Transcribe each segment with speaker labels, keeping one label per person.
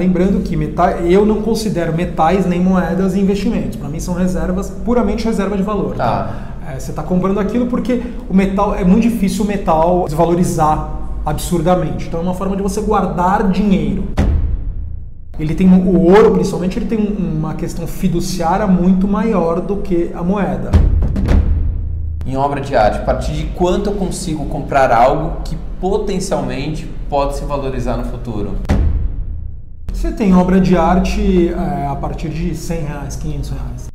Speaker 1: Lembrando que metais, eu não considero metais nem moedas investimentos. Para mim são reservas, puramente reserva de valor.
Speaker 2: Tá.
Speaker 1: É, você está comprando aquilo porque o metal é muito difícil o metal desvalorizar absurdamente. Então é uma forma de você guardar dinheiro. Ele tem um- o ouro, principalmente, ele tem um- uma questão fiduciária muito maior do que a moeda.
Speaker 2: Em obra de arte, a partir de quanto eu consigo comprar algo que potencialmente pode se valorizar no futuro?
Speaker 1: Você tem obra de arte é, a partir de 100 reais, 500 reais.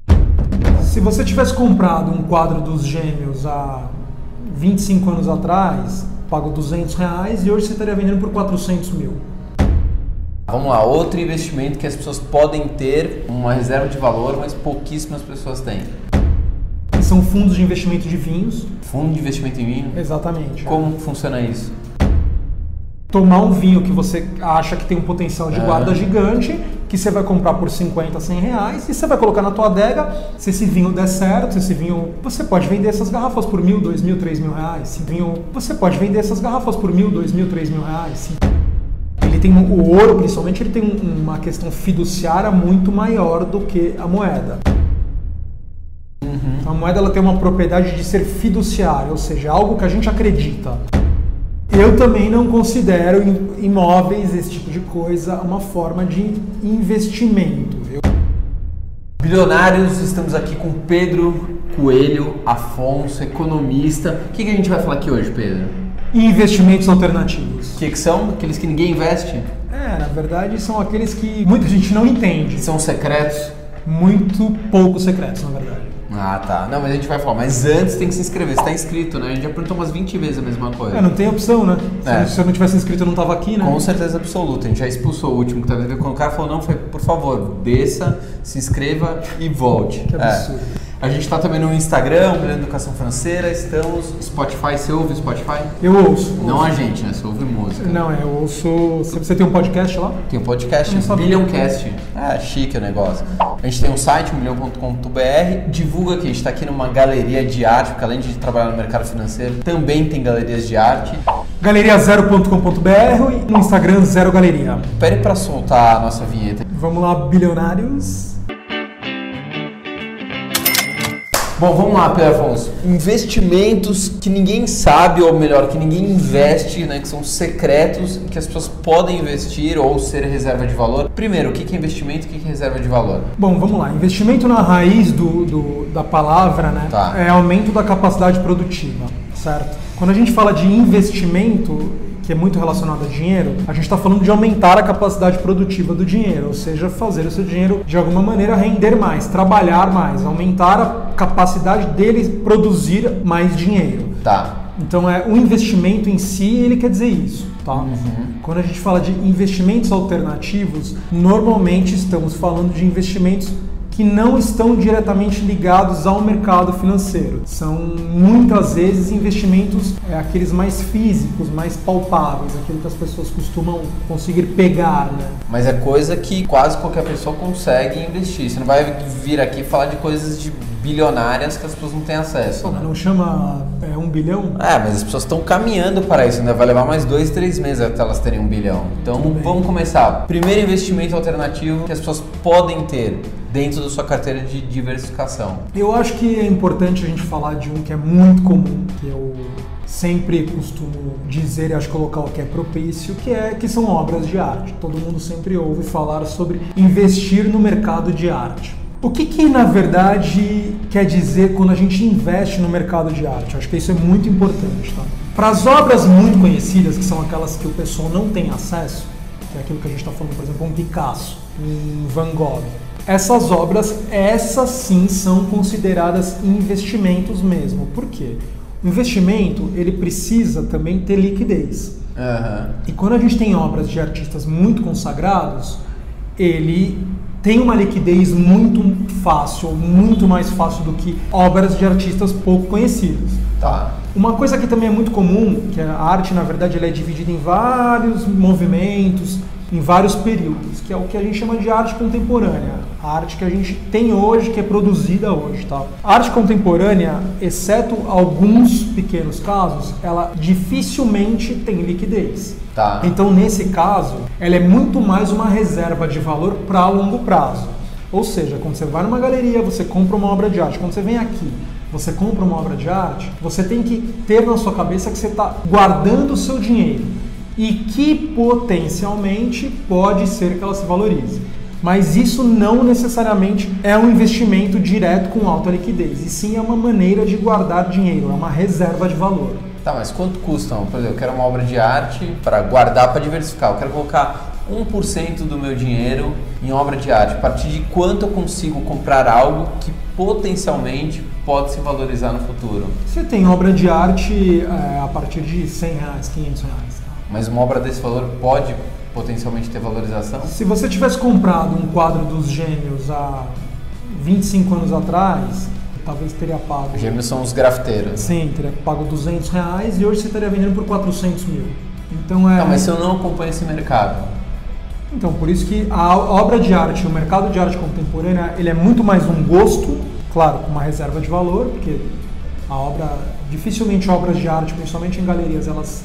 Speaker 1: Se você tivesse comprado um quadro dos gêmeos há 25 anos atrás, pago 200 reais e hoje você estaria vendendo por 400 mil.
Speaker 2: Vamos lá, outro investimento que as pessoas podem ter uma reserva de valor, mas pouquíssimas pessoas têm.
Speaker 1: E são fundos de investimento de vinhos.
Speaker 2: Fundo de investimento em vinho.
Speaker 1: Exatamente.
Speaker 2: Como funciona isso?
Speaker 1: Tomar um vinho que você acha que tem um potencial de
Speaker 2: É.
Speaker 1: guarda gigante, que você vai comprar por 50, 100 reais e você vai colocar na tua adega. Se esse vinho der certo, se esse vinho. Você pode vender essas garrafas por mil, dois mil, três mil reais. Se vinho. Você pode vender essas garrafas por mil, dois mil, três mil reais. Se- Ele tem um- o ouro, principalmente, ele tem um- uma questão fiduciária muito maior do que a moeda. Então, a moeda ela tem uma propriedade de ser fiduciária, ou seja, algo que a gente acredita. Eu também não considero im- imóveis, esse tipo de coisa, uma forma de investimento. Eu-
Speaker 2: Bilionários, estamos aqui com Pedro Coelho Afonso, economista. O que, que a gente vai falar aqui hoje, Pedro?
Speaker 1: E investimentos alternativos.
Speaker 2: O que, que são? Aqueles que ninguém investe?
Speaker 1: É, na verdade, são aqueles que muita gente não entende.
Speaker 2: Que são secretos?
Speaker 1: Muito pouco secretos, na verdade.
Speaker 2: Ah, tá. Não, mas a gente vai falar. Mas antes tem que se inscrever. Você tá inscrito, né? A gente já perguntou umas 20 vezes a mesma coisa.
Speaker 1: É, não tem opção, né? Se,
Speaker 2: É.
Speaker 1: eu- se eu não tivesse inscrito, eu não tava aqui, né?
Speaker 2: Com certeza absoluta. A gente já expulsou o último que tava aqui. Quando o cara falou, não, foi, por favor, desça, se inscreva e volte.
Speaker 1: Que absurdo.
Speaker 2: É. A gente tá também no Instagram, Grande Educação Financeira, estamos. Spotify, você ouve Spotify?
Speaker 1: Eu ouço.
Speaker 2: Não a gente, né? Você ouve música.
Speaker 1: Não, é, eu ouço. Você- Você tem um podcast lá?
Speaker 2: Tem um podcast,
Speaker 1: Eu não sabia.
Speaker 2: Milhãocast. Ah, chique o negócio. A gente tem um site, milhão.com.br. Divulga que a gente está aqui numa galeria de arte, porque além de trabalhar no mercado financeiro, também tem galerias de arte.
Speaker 1: Galeria0.com.br e no Instagram, Zero Galeria.
Speaker 2: Pede para soltar a nossa vinheta.
Speaker 1: Vamos lá, bilionários.
Speaker 2: Bom, vamos lá, Pedro Afonso. Investimentos que ninguém sabe, ou melhor, que ninguém investe, né? Que são secretos, que as pessoas podem investir ou ser reserva de valor. Primeiro, o que que é investimento e o que que é reserva de valor?
Speaker 1: Bom, vamos lá. Investimento na raiz do, do- da palavra né,
Speaker 2: Tá.
Speaker 1: é aumento da capacidade produtiva, certo? Quando a gente fala de investimento, que é muito relacionado a dinheiro, a gente está falando de aumentar a capacidade produtiva do dinheiro, ou seja, fazer o seu dinheiro de alguma maneira render mais, trabalhar mais, aumentar a capacidade dele produzir mais dinheiro.
Speaker 2: Tá.
Speaker 1: Então é o investimento em si, ele quer dizer isso, tá? Quando a gente fala de investimentos alternativos, normalmente estamos falando de investimentos que não estão diretamente ligados ao mercado financeiro. São muitas vezes investimentos é, aqueles mais físicos, mais palpáveis, aquilo que as pessoas costumam conseguir pegar, né?
Speaker 2: Mas é coisa que quase qualquer pessoa consegue investir. Você não vai vir aqui falar de coisas de bilionárias que as pessoas não têm acesso. Né?
Speaker 1: Não chama é, um bilhão?
Speaker 2: É, mas as pessoas estão caminhando para isso, né? Vai levar mais dois, três meses até elas terem um bilhão. Então
Speaker 1: Tudo bem.
Speaker 2: vamos começar. Primeiro investimento alternativo que as pessoas podem ter dentro da sua carteira de diversificação.
Speaker 1: Eu acho que é importante a gente falar de um que é muito comum, que eu sempre costumo dizer e acho que é o local que é propício, que é que são obras de arte. Todo mundo sempre ouve falar sobre investir no mercado de arte. O que, que na verdade quer dizer quando a gente investe no mercado de arte? Acho que isso é muito importante, tá? Para as obras muito conhecidas, que são aquelas que o pessoal não tem acesso, que é aquilo que a gente está falando, por exemplo, um Picasso, um Van Gogh. Essas obras, essas sim são consideradas investimentos mesmo. Por quê? O investimento, ele precisa também ter liquidez.
Speaker 2: Aham.
Speaker 1: E quando a gente tem obras de artistas muito consagrados, ele tem uma liquidez muito fácil, muito mais fácil do que obras de artistas pouco conhecidos.
Speaker 2: Tá.
Speaker 1: Uma coisa que também é muito comum, que a arte, na verdade, ela é dividida em vários movimentos, em vários períodos, que é o que a gente chama de arte contemporânea. A arte que a gente tem hoje, que é produzida hoje. Tá? A arte contemporânea, exceto alguns pequenos casos, ela dificilmente tem liquidez.
Speaker 2: Tá.
Speaker 1: Então, nesse caso, ela é muito mais uma reserva de valor para longo prazo. Ou seja, quando você vai numa galeria, você compra uma obra de arte. Quando você vem aqui, você compra uma obra de arte, você tem que ter na sua cabeça que você está guardando o seu dinheiro e que potencialmente pode ser que ela se valorize. Mas isso não necessariamente é um investimento direto com alta liquidez, e sim é uma maneira de guardar dinheiro, é uma reserva de valor.
Speaker 2: Tá, mas quanto custam? Por exemplo, eu quero uma obra de arte para guardar, para diversificar. Eu quero colocar 1% do meu dinheiro em obra de arte. A partir de quanto eu consigo comprar algo que potencialmente pode se valorizar no futuro?
Speaker 1: Você tem obra de arte é, a partir de 100 reais, 500 reais. tá?
Speaker 2: Mas uma obra desse valor pode potencialmente ter valorização?
Speaker 1: Se você tivesse comprado um quadro dos gêmeos há 25 anos atrás, talvez teria pago.
Speaker 2: Os gêmeos são os grafiteiros.
Speaker 1: Sim, teria pago 200 reais e hoje você estaria vendendo por 400 mil. Então é.
Speaker 2: Tá, mas se eu não acompanho esse mercado,
Speaker 1: Então, por isso que a obra de arte, o mercado de arte contemporânea, ele é muito mais um gosto, claro, com uma reserva de valor, porque a obra, dificilmente obras de arte, principalmente em galerias, elas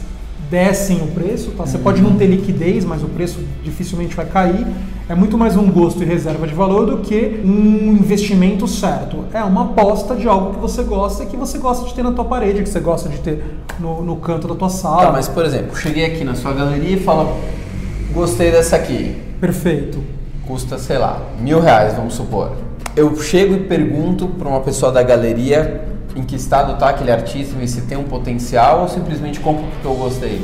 Speaker 1: descem o preço, tá? Você pode não ter liquidez, mas o preço dificilmente vai cair. É muito mais um gosto e reserva de valor do que um investimento certo. É uma aposta de algo que você gosta e que você gosta de ter na tua parede, que você gosta de ter no, no canto da tua sala.
Speaker 2: Tá, mas por exemplo, cheguei aqui na sua galeria e falo, gostei dessa aqui,
Speaker 1: Perfeito.
Speaker 2: custa, sei lá, mil reais, vamos supor. Eu chego e pergunto para uma pessoa da galeria em que estado está aquele artista e se tem um potencial ou simplesmente compro porque eu gostei.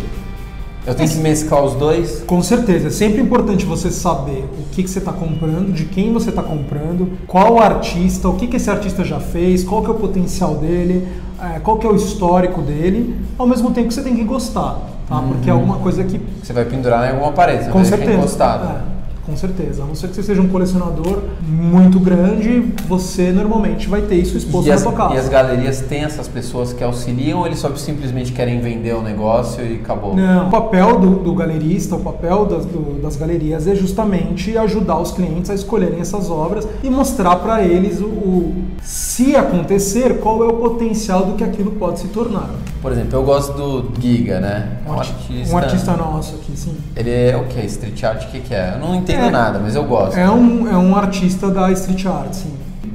Speaker 2: Eu tenho que mesclar os dois?
Speaker 1: Com certeza, é sempre importante você saber o que, que você está comprando, de quem você está comprando, qual artista, o que, que esse artista já fez, qual que é o potencial dele, eh, qual que é o histórico dele, ao mesmo tempo que você tem que gostar, tá?
Speaker 2: Uhum.
Speaker 1: Porque é alguma coisa que
Speaker 2: Você vai pendurar em alguma parede, você
Speaker 1: com
Speaker 2: vai deixar
Speaker 1: certeza.
Speaker 2: Tá encostado.
Speaker 1: É, com certeza. A não ser que você seja um colecionador muito grande, você normalmente vai ter isso exposto
Speaker 2: E
Speaker 1: na
Speaker 2: as,
Speaker 1: sua
Speaker 2: e
Speaker 1: casa.
Speaker 2: as galerias têm essas pessoas que auxiliam ou eles só simplesmente querem vender o negócio e acabou?
Speaker 1: Não. O papel do, do galerista, o papel das, do- das galerias é justamente ajudar os clientes a escolherem essas obras e mostrar para eles o, o- se acontecer, qual é o potencial do que aquilo pode se tornar.
Speaker 2: Por exemplo, eu gosto do Giga, né? É um
Speaker 1: arti-
Speaker 2: artista.
Speaker 1: um artista nosso aqui, sim.
Speaker 2: Ele é o que? Street art, o que, que é? Eu não entendo
Speaker 1: É.
Speaker 2: nada, mas eu gosto.
Speaker 1: É um, é um artista da street art, sim.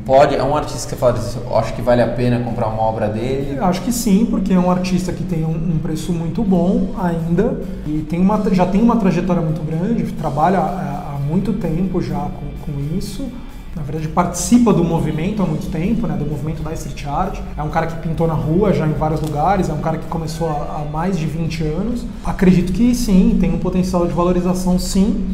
Speaker 2: Pode, é um artista que você fala assim, eu acho que vale a pena comprar uma obra dele.
Speaker 1: Eu Acho que sim, porque é um artista que tem um, um preço muito bom ainda e tem uma, tra- já tem uma trajetória muito grande, trabalha é, há, há muito tempo já com, com isso. Na verdade, participa do movimento há muito tempo, né, do movimento da street art. É um cara que pintou na rua já em vários lugares, é um cara que começou há, há mais de 20 anos. Acredito que sim, tem um potencial de valorização sim,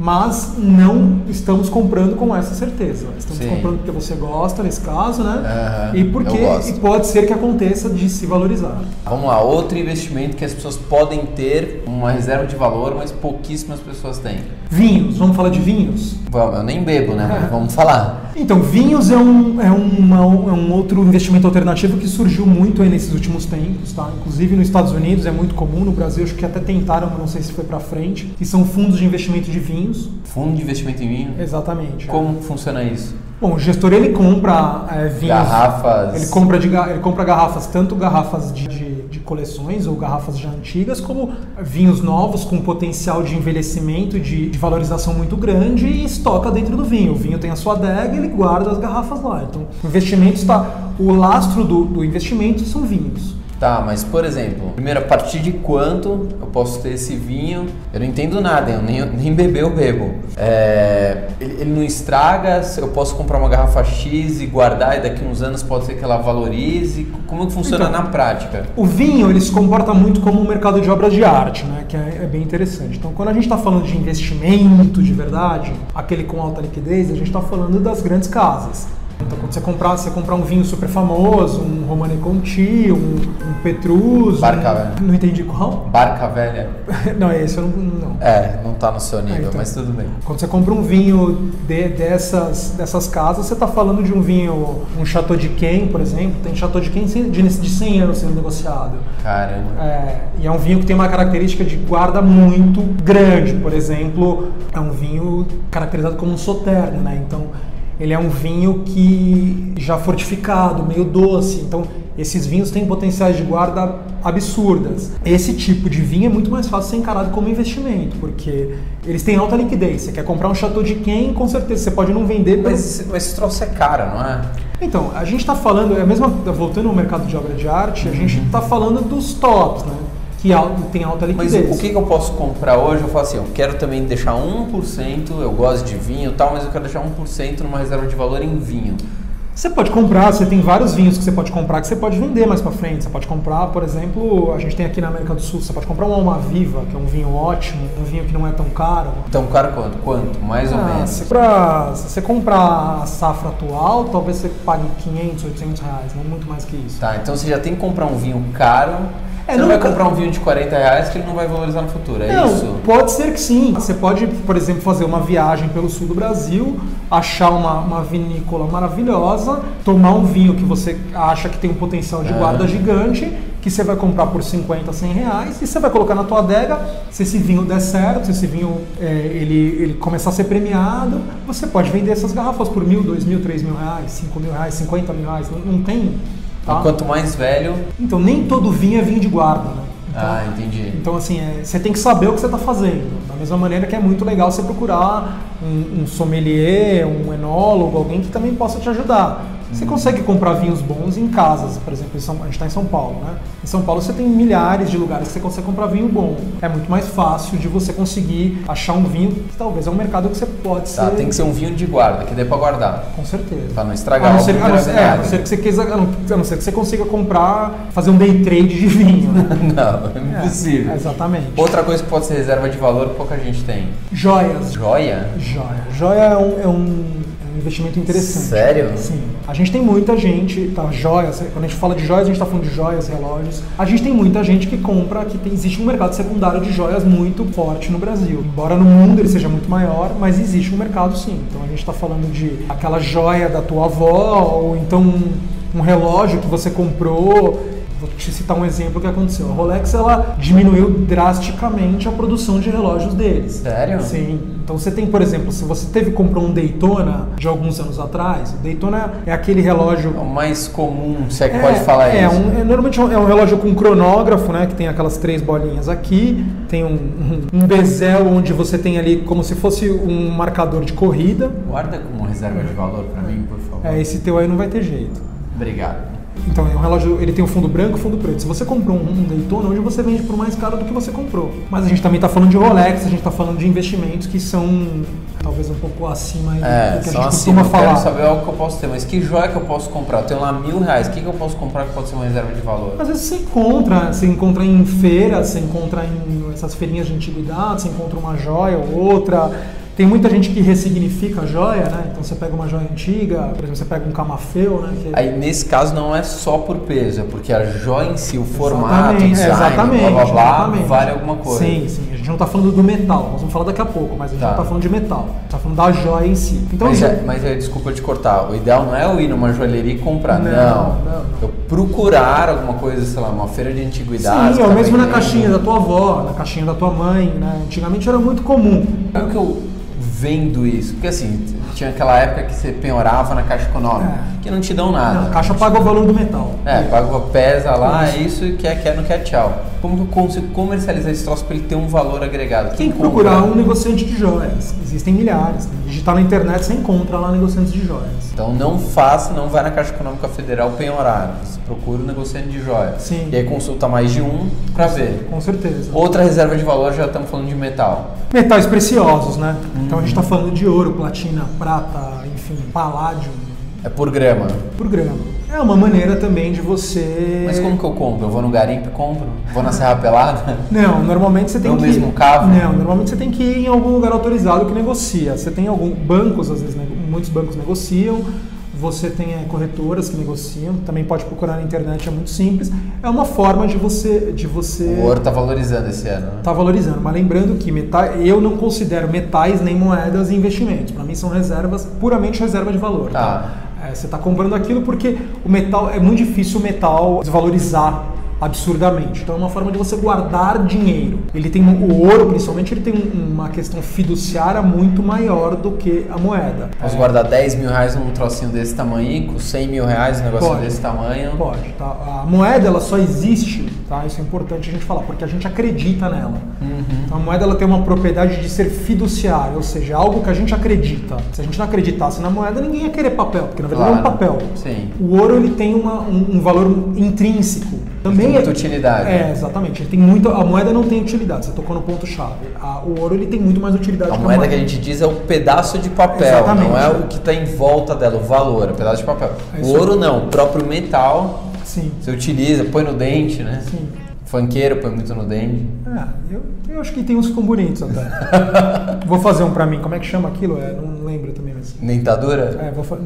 Speaker 1: mas não estamos comprando com essa certeza. Estamos
Speaker 2: Sim.
Speaker 1: comprando porque você gosta, nesse caso, né?
Speaker 2: Aham,
Speaker 1: e porque
Speaker 2: eu gosto.
Speaker 1: e pode ser que aconteça de se valorizar.
Speaker 2: Vamos lá, outro investimento que as pessoas podem ter uma reserva de valor, mas pouquíssimas pessoas têm.
Speaker 1: Vinhos, vamos falar de vinhos?
Speaker 2: Vamos, eu nem bebo, né? Mas vamos falar.
Speaker 1: Então, vinhos é um, é, uma- é um outro investimento alternativo que surgiu muito aí nesses últimos tempos, tá? Inclusive nos Estados Unidos é muito comum, no Brasil acho que até tentaram, mas não sei se foi pra frente, que são fundos de investimento de vinhos.
Speaker 2: Fundo de investimento em vinho.
Speaker 1: Exatamente.
Speaker 2: Como funciona isso?
Speaker 1: Bom, o gestor ele compra é, vinhos.
Speaker 2: Garrafas.
Speaker 1: Ele compra, de ga- ele compra garrafas, tanto garrafas de, de- de coleções ou garrafas já antigas, como vinhos novos com potencial de envelhecimento e de, de valorização muito grande e estoca dentro do vinho. O vinho tem a sua adega ele guarda as garrafas lá. Então, o investimento está. O lastro do, do investimento são vinhos.
Speaker 2: Tá, mas por exemplo, primeiro, a partir de quanto eu posso ter esse vinho? Eu não entendo nada, eu nem, nem beber eu bebo. É, ele, ele não estraga, se eu posso comprar uma garrafa X e guardar e daqui uns anos pode ser que ela valorize. Como que funciona
Speaker 1: Então,
Speaker 2: na prática?
Speaker 1: O vinho ele se comporta muito como um mercado de obras de arte, né? Que é, é bem interessante. Então, quando a gente está falando de investimento de verdade, aquele com alta liquidez, a gente está falando das tá grandes casas. Então, quando você comprar, você comprar um vinho super famoso, um Romane Conti, um, um Petrus.
Speaker 2: Barca Velha.
Speaker 1: Não entendi qual.
Speaker 2: Barca velha.
Speaker 1: não, é esse eu não. não.
Speaker 2: É, não tá no seu nível,
Speaker 1: então.
Speaker 2: mas tudo bem.
Speaker 1: Quando você compra um vinho de- dessas, dessas casas, você está falando de um vinho, um Chateau de Quem, por exemplo. Tem Chateau de Quem de, de 100 euros sendo negociado.
Speaker 2: Caramba.
Speaker 1: É, e é um vinho que tem uma característica de guarda muito grande. Por exemplo, é um vinho caracterizado como um soterno, né? Então, ele é um vinho que já fortificado, meio doce. Então, esses vinhos têm potenciais de guarda absurdas. Esse tipo de vinho é muito mais fácil ser encarado como investimento, porque eles têm alta liquidez. Você quer comprar um Chateau de quem, com certeza você pode não vender, pelo-
Speaker 2: Mas, mas esse troço é caro, não é?
Speaker 1: então, a gente está falando, é a mesma, voltando ao mercado de obra de
Speaker 2: Uhum.
Speaker 1: arte, a gente está falando dos tops, né? Que é al- tem alta
Speaker 2: Mas
Speaker 1: liquidez.
Speaker 2: o que, que eu posso comprar hoje? Eu falo assim, eu quero também deixar 1%, eu gosto de vinho e tal, mas eu quero deixar 1% numa reserva de valor em vinho.
Speaker 1: Você pode comprar, você tem vários vinhos que você pode comprar que você pode vender mais para frente. Você pode comprar, por exemplo, a gente tem aqui na América do Sul, você pode comprar um Alma Viva, que é um vinho ótimo, um vinho que não é tão caro.
Speaker 2: Então, caro quanto? Quanto? Mais ou
Speaker 1: Ah,
Speaker 2: menos.
Speaker 1: se, pra- se você comprar a safra atual, talvez você pague 500, 800 reais, não muito mais que isso.
Speaker 2: Tá, então você já tem que comprar um vinho caro.
Speaker 1: É,
Speaker 2: você não
Speaker 1: não
Speaker 2: vai
Speaker 1: é ca-
Speaker 2: comprar um vinho de 40 reais que ele não vai valorizar no futuro, é
Speaker 1: não, Tá.
Speaker 2: isso?
Speaker 1: pode ser que sim. Você pode, por exemplo, fazer uma viagem pelo sul do Brasil, achar uma, uma vinícola maravilhosa, tomar um vinho que você acha que tem um potencial de
Speaker 2: Ah.
Speaker 1: guarda gigante, que você vai comprar por 50, 100 reais, e você vai colocar na tua adega. Se esse vinho der certo, se esse vinho é, ele, ele começar a ser premiado, você pode vender essas garrafas por mil, dois mil, três mil reais, cinco mil reais, cinquenta mil reais, não, não tem. tá?
Speaker 2: E quanto mais velho.
Speaker 1: Então nem todo vinho é vinho de guarda, né? Então,
Speaker 2: Ah, entendi.
Speaker 1: então, assim, é, você tem que saber o que você está fazendo. Da mesma maneira que é muito legal você procurar um, um sommelier, um enólogo, alguém que também possa te ajudar. Você
Speaker 2: Uhum.
Speaker 1: consegue comprar vinhos bons em casas, por exemplo, em São- a gente está em São Paulo, né? Em São Paulo você tem milhares de lugares que você consegue comprar vinho bom. É muito mais fácil de você conseguir achar um vinho que talvez é um mercado que você pode
Speaker 2: Tá,
Speaker 1: ser.
Speaker 2: tem que ser um vinho de guarda, que dê pra guardar.
Speaker 1: Com certeza.
Speaker 2: Pra não estragar
Speaker 1: a não
Speaker 2: o
Speaker 1: ser, a não
Speaker 2: primeiro
Speaker 1: ser- é, a
Speaker 2: vinagre.
Speaker 1: não ser que você queira, a não, a não ser que você consiga comprar, fazer um day trade de vinho. Né?
Speaker 2: Não, é impossível.
Speaker 1: É, exatamente.
Speaker 2: Outra coisa que pode ser reserva de valor, pouca gente tem.
Speaker 1: Joias.
Speaker 2: Joia?
Speaker 1: Joia. Joia é um, é um- é um investimento interessante.
Speaker 2: Sério?
Speaker 1: Sim. A gente tem muita gente, tá? Joias, quando a gente fala de joias, a gente está falando de joias, relógios. A gente tem muita gente que compra, que tem- existe um mercado secundário de joias muito forte no Brasil. Embora no mundo ele seja muito maior, mas existe um mercado sim. Então a gente está falando de aquela joia da tua avó, ou então um, um relógio que você comprou. Vou te citar um exemplo que aconteceu. A Rolex ela diminuiu drasticamente a produção de relógios deles.
Speaker 2: Sério?
Speaker 1: Sim. Sim. Então você tem, por exemplo, se você teve comprou um Daytona de alguns anos atrás, o Daytona é aquele relógio.
Speaker 2: É o mais comum, se é que pode falar
Speaker 1: é
Speaker 2: isso.
Speaker 1: Um, é, normalmente é um- é um relógio com cronógrafo, né? Que tem aquelas três bolinhas aqui, tem um, um, um bezel onde você tem ali como se fosse um marcador de corrida.
Speaker 2: Guarda como reserva de valor pra mim, por favor.
Speaker 1: É, esse teu aí não vai ter jeito.
Speaker 2: Obrigado.
Speaker 1: Então, é um relógio, ele tem o fundo branco e o fundo preto. Se você comprou um, um Daytona, hoje você vende por mais caro do que você comprou. Mas a gente também está falando de Rolex, a gente está falando de investimentos que são talvez um pouco acima aí do-
Speaker 2: É,
Speaker 1: do que a
Speaker 2: só
Speaker 1: gente
Speaker 2: assim,
Speaker 1: costuma
Speaker 2: eu
Speaker 1: falar.
Speaker 2: quero saber algo que eu posso ter, mas que joia que eu posso comprar? Eu tenho lá mil reais, o que, que eu posso comprar que pode ser uma reserva de valor?
Speaker 1: Às vezes você encontra, você encontra em feiras, você encontra em essas feirinhas de antiguidade, você encontra uma joia ou outra. Tem muita gente que ressignifica a joia, né? Então você pega uma joia antiga, por exemplo, você pega um camafeu, né? Que-
Speaker 2: Aí nesse caso não é só por peso, é porque a joia em si, o formato, o
Speaker 1: Exatamente,
Speaker 2: design,
Speaker 1: exatamente,
Speaker 2: blá blá blá,
Speaker 1: exatamente.
Speaker 2: vale alguma coisa.
Speaker 1: Sim, sim. A gente não está falando do metal, nós vamos falar daqui a pouco, mas a gente
Speaker 2: Tá.
Speaker 1: não está falando de metal. A gente está falando da joia em si. Então,
Speaker 2: mas,
Speaker 1: isso-
Speaker 2: é, mas é, desculpa te cortar, o ideal não é eu ir numa joalheria e comprar, não.
Speaker 1: Não, não, não.
Speaker 2: Eu procurar alguma coisa, sei lá, uma feira de antiguidades.
Speaker 1: sim, é
Speaker 2: tá
Speaker 1: o mesmo na
Speaker 2: vendendo.
Speaker 1: caixinha da tua avó, na caixinha da tua mãe, né? Antigamente era muito comum.
Speaker 2: Como que eu vendo isso? Porque assim, tinha aquela época que você penhorava na caixa econômica, que não te dão nada.
Speaker 1: É. Não, a caixa paga o valor do metal.
Speaker 2: Ah. É, paga, pesa lá,
Speaker 1: Isso.
Speaker 2: é isso, e quer, quer, não quer, tchau. Como que eu consigo comercializar esse troço pra ele ter um valor agregado?
Speaker 1: Tem
Speaker 2: Quem
Speaker 1: que procurar
Speaker 2: compra?
Speaker 1: um negociante de joias. Existem milhares. Né? Digitar na internet você encontra lá negociantes de joias.
Speaker 2: Então não faça, não vai na Caixa Econômica Federal penhorar. Você procura o negociante de joia.
Speaker 1: Sim.
Speaker 2: E aí consulta mais de um pra ver.
Speaker 1: Com certeza.
Speaker 2: Outra reserva de valor, já estamos falando de metal.
Speaker 1: Metais preciosos, né? Então a gente está
Speaker 2: Uhum.
Speaker 1: falando de ouro, platina, prata, enfim, paládio
Speaker 2: É por grama.
Speaker 1: por grama. É uma maneira também de você.
Speaker 2: Mas como que eu compro? Eu vou no garimpo e compro? Vou na Serra Pelada?
Speaker 1: Não, normalmente você tem
Speaker 2: É o
Speaker 1: que.
Speaker 2: mesmo cavo?
Speaker 1: Não, normalmente você tem que ir em algum lugar autorizado que negocia. Você tem algum bancos, às vezes, né? muitos bancos negociam. Você tem é, corretoras que negociam, também pode procurar na internet, é muito simples. É uma forma de você. De você
Speaker 2: O ouro tá valorizando esse ano, né?
Speaker 1: Tá valorizando, mas lembrando que meta- eu não considero metais nem moedas investimentos. Para mim são reservas, puramente reserva de valor.
Speaker 2: Tá.
Speaker 1: É, você está comprando aquilo porque o metal é muito difícil o metal desvalorizar absurdamente. Então é uma forma de você guardar dinheiro. Ele tem o ouro, principalmente, ele tem um- uma questão fiduciária muito maior do que a moeda.
Speaker 2: Vamos guardar 10 mil reais num trocinho desse tamanho, com 100 mil reais num negócio
Speaker 1: Pode.
Speaker 2: desse tamanho.
Speaker 1: Pode, tá? A moeda ela só existe, tá? Isso é importante a gente falar, porque a gente acredita nela.
Speaker 2: Uhum.
Speaker 1: Então, a moeda ela tem uma propriedade de ser fiduciária, ou seja, algo que a gente acredita. Se a gente não acreditasse na moeda, ninguém ia querer papel, porque na verdade é um
Speaker 2: Claro.
Speaker 1: papel.
Speaker 2: Sim.
Speaker 1: O ouro ele tem uma- um, um valor intrínseco. Também
Speaker 2: tem muita
Speaker 1: é-
Speaker 2: utilidade.
Speaker 1: É, exatamente. Ele tem muito, a moeda não tem utilidade, você tocou no ponto-chave. A- O ouro ele tem muito mais utilidade
Speaker 2: A
Speaker 1: que
Speaker 2: moeda que a gente diz é o pedaço de papel,
Speaker 1: Exatamente.
Speaker 2: não é o que está em volta dela, o valor, é o pedaço de papel.
Speaker 1: É
Speaker 2: o
Speaker 1: isso
Speaker 2: ouro não, o próprio metal
Speaker 1: Sim.
Speaker 2: você utiliza, põe no dente, né?
Speaker 1: Sim.
Speaker 2: Funkeiro põe muito no dente.
Speaker 1: É, eu, eu acho que tem uns que ficam bonitos até. vou fazer um pra mim. Como é que chama aquilo? É, não lembro também, mas.
Speaker 2: Dentadura?
Speaker 1: É, vou fazer.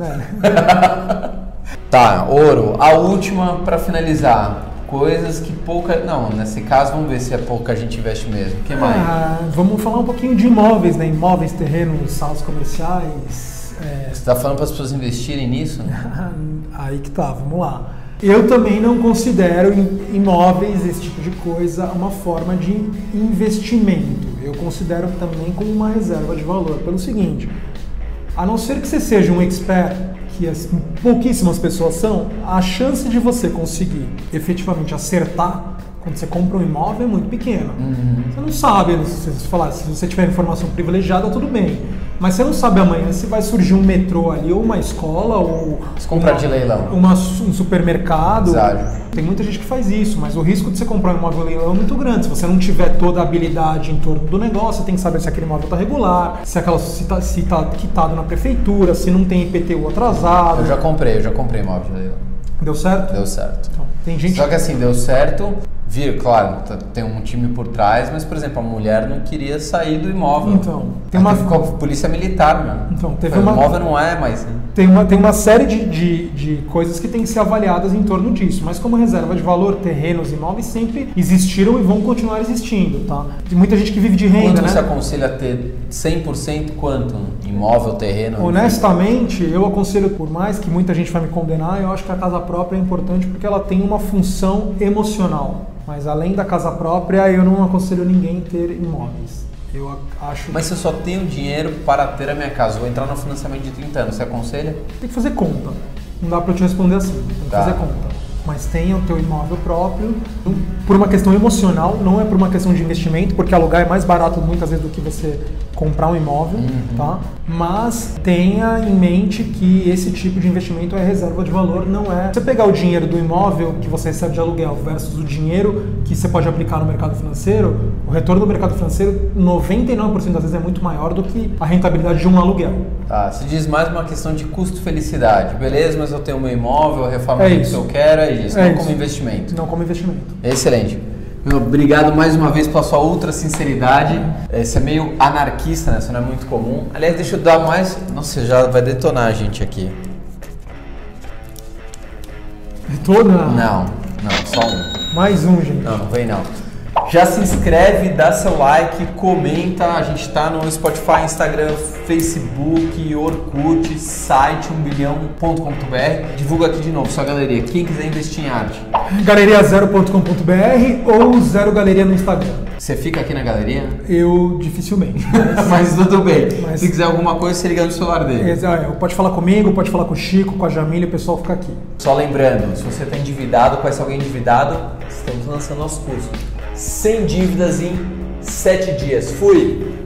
Speaker 2: Tá, ouro. A última para finalizar. Coisas que pouca. Não, nesse caso vamos ver se é pouca gente investe mesmo. O que mais?
Speaker 1: Ah. vamos falar um pouquinho de imóveis, né? Imóveis, terrenos, salas comerciais. é,
Speaker 2: Você tá falando para as pessoas investirem nisso? né?
Speaker 1: Aí que tá, vamos lá. Eu também não considero im- imóveis, esse tipo de coisa, uma forma de investimento. Eu considero também como uma reserva de valor. Pelo seguinte, a não ser que você seja um expert, que as pouquíssimas pessoas são, a chance de você conseguir efetivamente acertar quando você compra um imóvel é muito pequena.
Speaker 2: Uhum.
Speaker 1: Você não sabe, se você, falar, se você tiver informação privilegiada, tudo bem. Mas você não sabe amanhã se vai surgir um metrô ali, ou uma escola, ou
Speaker 2: Se comprar
Speaker 1: uma-
Speaker 2: de leilão.
Speaker 1: uma su- um supermercado.
Speaker 2: Exato.
Speaker 1: Tem muita gente que faz isso, mas o risco de você comprar um imóvel em leilão é muito grande. Se você não tiver toda a habilidade em torno do negócio, você tem que saber se aquele imóvel está regular, se aquela se está quitado na prefeitura, se não tem IPTU atrasado.
Speaker 2: Eu já É. comprei, eu já comprei imóvel de leilão.
Speaker 1: Deu certo?
Speaker 2: Deu certo.
Speaker 1: Então, tem gente
Speaker 2: Só que assim, deu certo. Vir, claro, tá- tem um time por trás, mas, por exemplo, a mulher não queria sair do imóvel.
Speaker 1: Então, tem
Speaker 2: tem
Speaker 1: uma-
Speaker 2: uma. Ficou a polícia militar, né?
Speaker 1: Então, teve
Speaker 2: Foi,
Speaker 1: uma-
Speaker 2: O imóvel não é mais. né?
Speaker 1: Tem uma, tem uma série de, de, de coisas que têm que ser avaliadas em torno disso, mas como reserva de valor, terrenos, imóveis sempre existiram e vão continuar existindo, tá? Tem muita gente que vive de renda,
Speaker 2: Quanto
Speaker 1: né?
Speaker 2: você aconselha a ter 100% quanto? Imóvel, terreno?
Speaker 1: Honestamente, eu aconselho, por mais que muita gente vai me condenar, eu acho que a casa própria é importante porque ela tem uma função emocional. Mas além da casa própria, eu não aconselho ninguém ter imóveis. Eu a- acho
Speaker 2: Mas se eu só tenho dinheiro para ter a minha casa, vou entrar no financiamento de 30 anos, você aconselha?
Speaker 1: que tem que fazer conta. Não dá pra eu te responder assim, tem que
Speaker 2: Tá.
Speaker 1: fazer conta. Mas tenha o teu imóvel próprio, não- por uma questão emocional, não é por uma questão de investimento, porque alugar é mais barato muitas vezes do que você comprar um imóvel, tá? Mas tenha em mente que esse tipo de investimento é reserva de valor, não é. Você pegar o dinheiro do imóvel que você recebe de aluguel versus o dinheiro que você pode aplicar no mercado financeiro, o retorno do mercado financeiro 99% das vezes é muito maior do que a rentabilidade de um aluguel.
Speaker 2: Tá, se diz mais uma questão de custo-felicidade. Beleza, mas eu tenho meu imóvel, eu reformo
Speaker 1: É
Speaker 2: o que
Speaker 1: isso.
Speaker 2: eu quero, é isso.
Speaker 1: É
Speaker 2: não como
Speaker 1: isso.
Speaker 2: investimento.
Speaker 1: Não como investimento.
Speaker 2: Excelente. Meu, Obrigado mais uma vez pela sua ultra sinceridade. É, Você é meio anarquista, né? Isso não é muito comum. Aliás, deixa eu dar mais. Nossa, já vai detonar a gente aqui.
Speaker 1: Retorna.
Speaker 2: Não, não, só um.
Speaker 1: Mais um, gente.
Speaker 2: Não, não vem não. Já se inscreve, dá seu like, comenta. A gente tá no Spotify, Instagram, Facebook, Orkut, site 1bilhão.com.br. Divulga aqui de novo sua galeria. Quem quiser investir em arte,
Speaker 1: Galeria0.com.br ou Zero Galeria no Instagram.
Speaker 2: você fica aqui na galeria?
Speaker 1: Eu dificilmente.
Speaker 2: Mas tudo bem.
Speaker 1: Mas-
Speaker 2: Se quiser alguma coisa, você liga no celular dele.
Speaker 1: Mas, ah, é, pode falar comigo, pode falar com o Chico, com a Jamília, o pessoal fica aqui.
Speaker 2: Só lembrando, se você está endividado, conhece alguém endividado, estamos lançando nosso curso. Sem dívidas em 7 dias. Fui!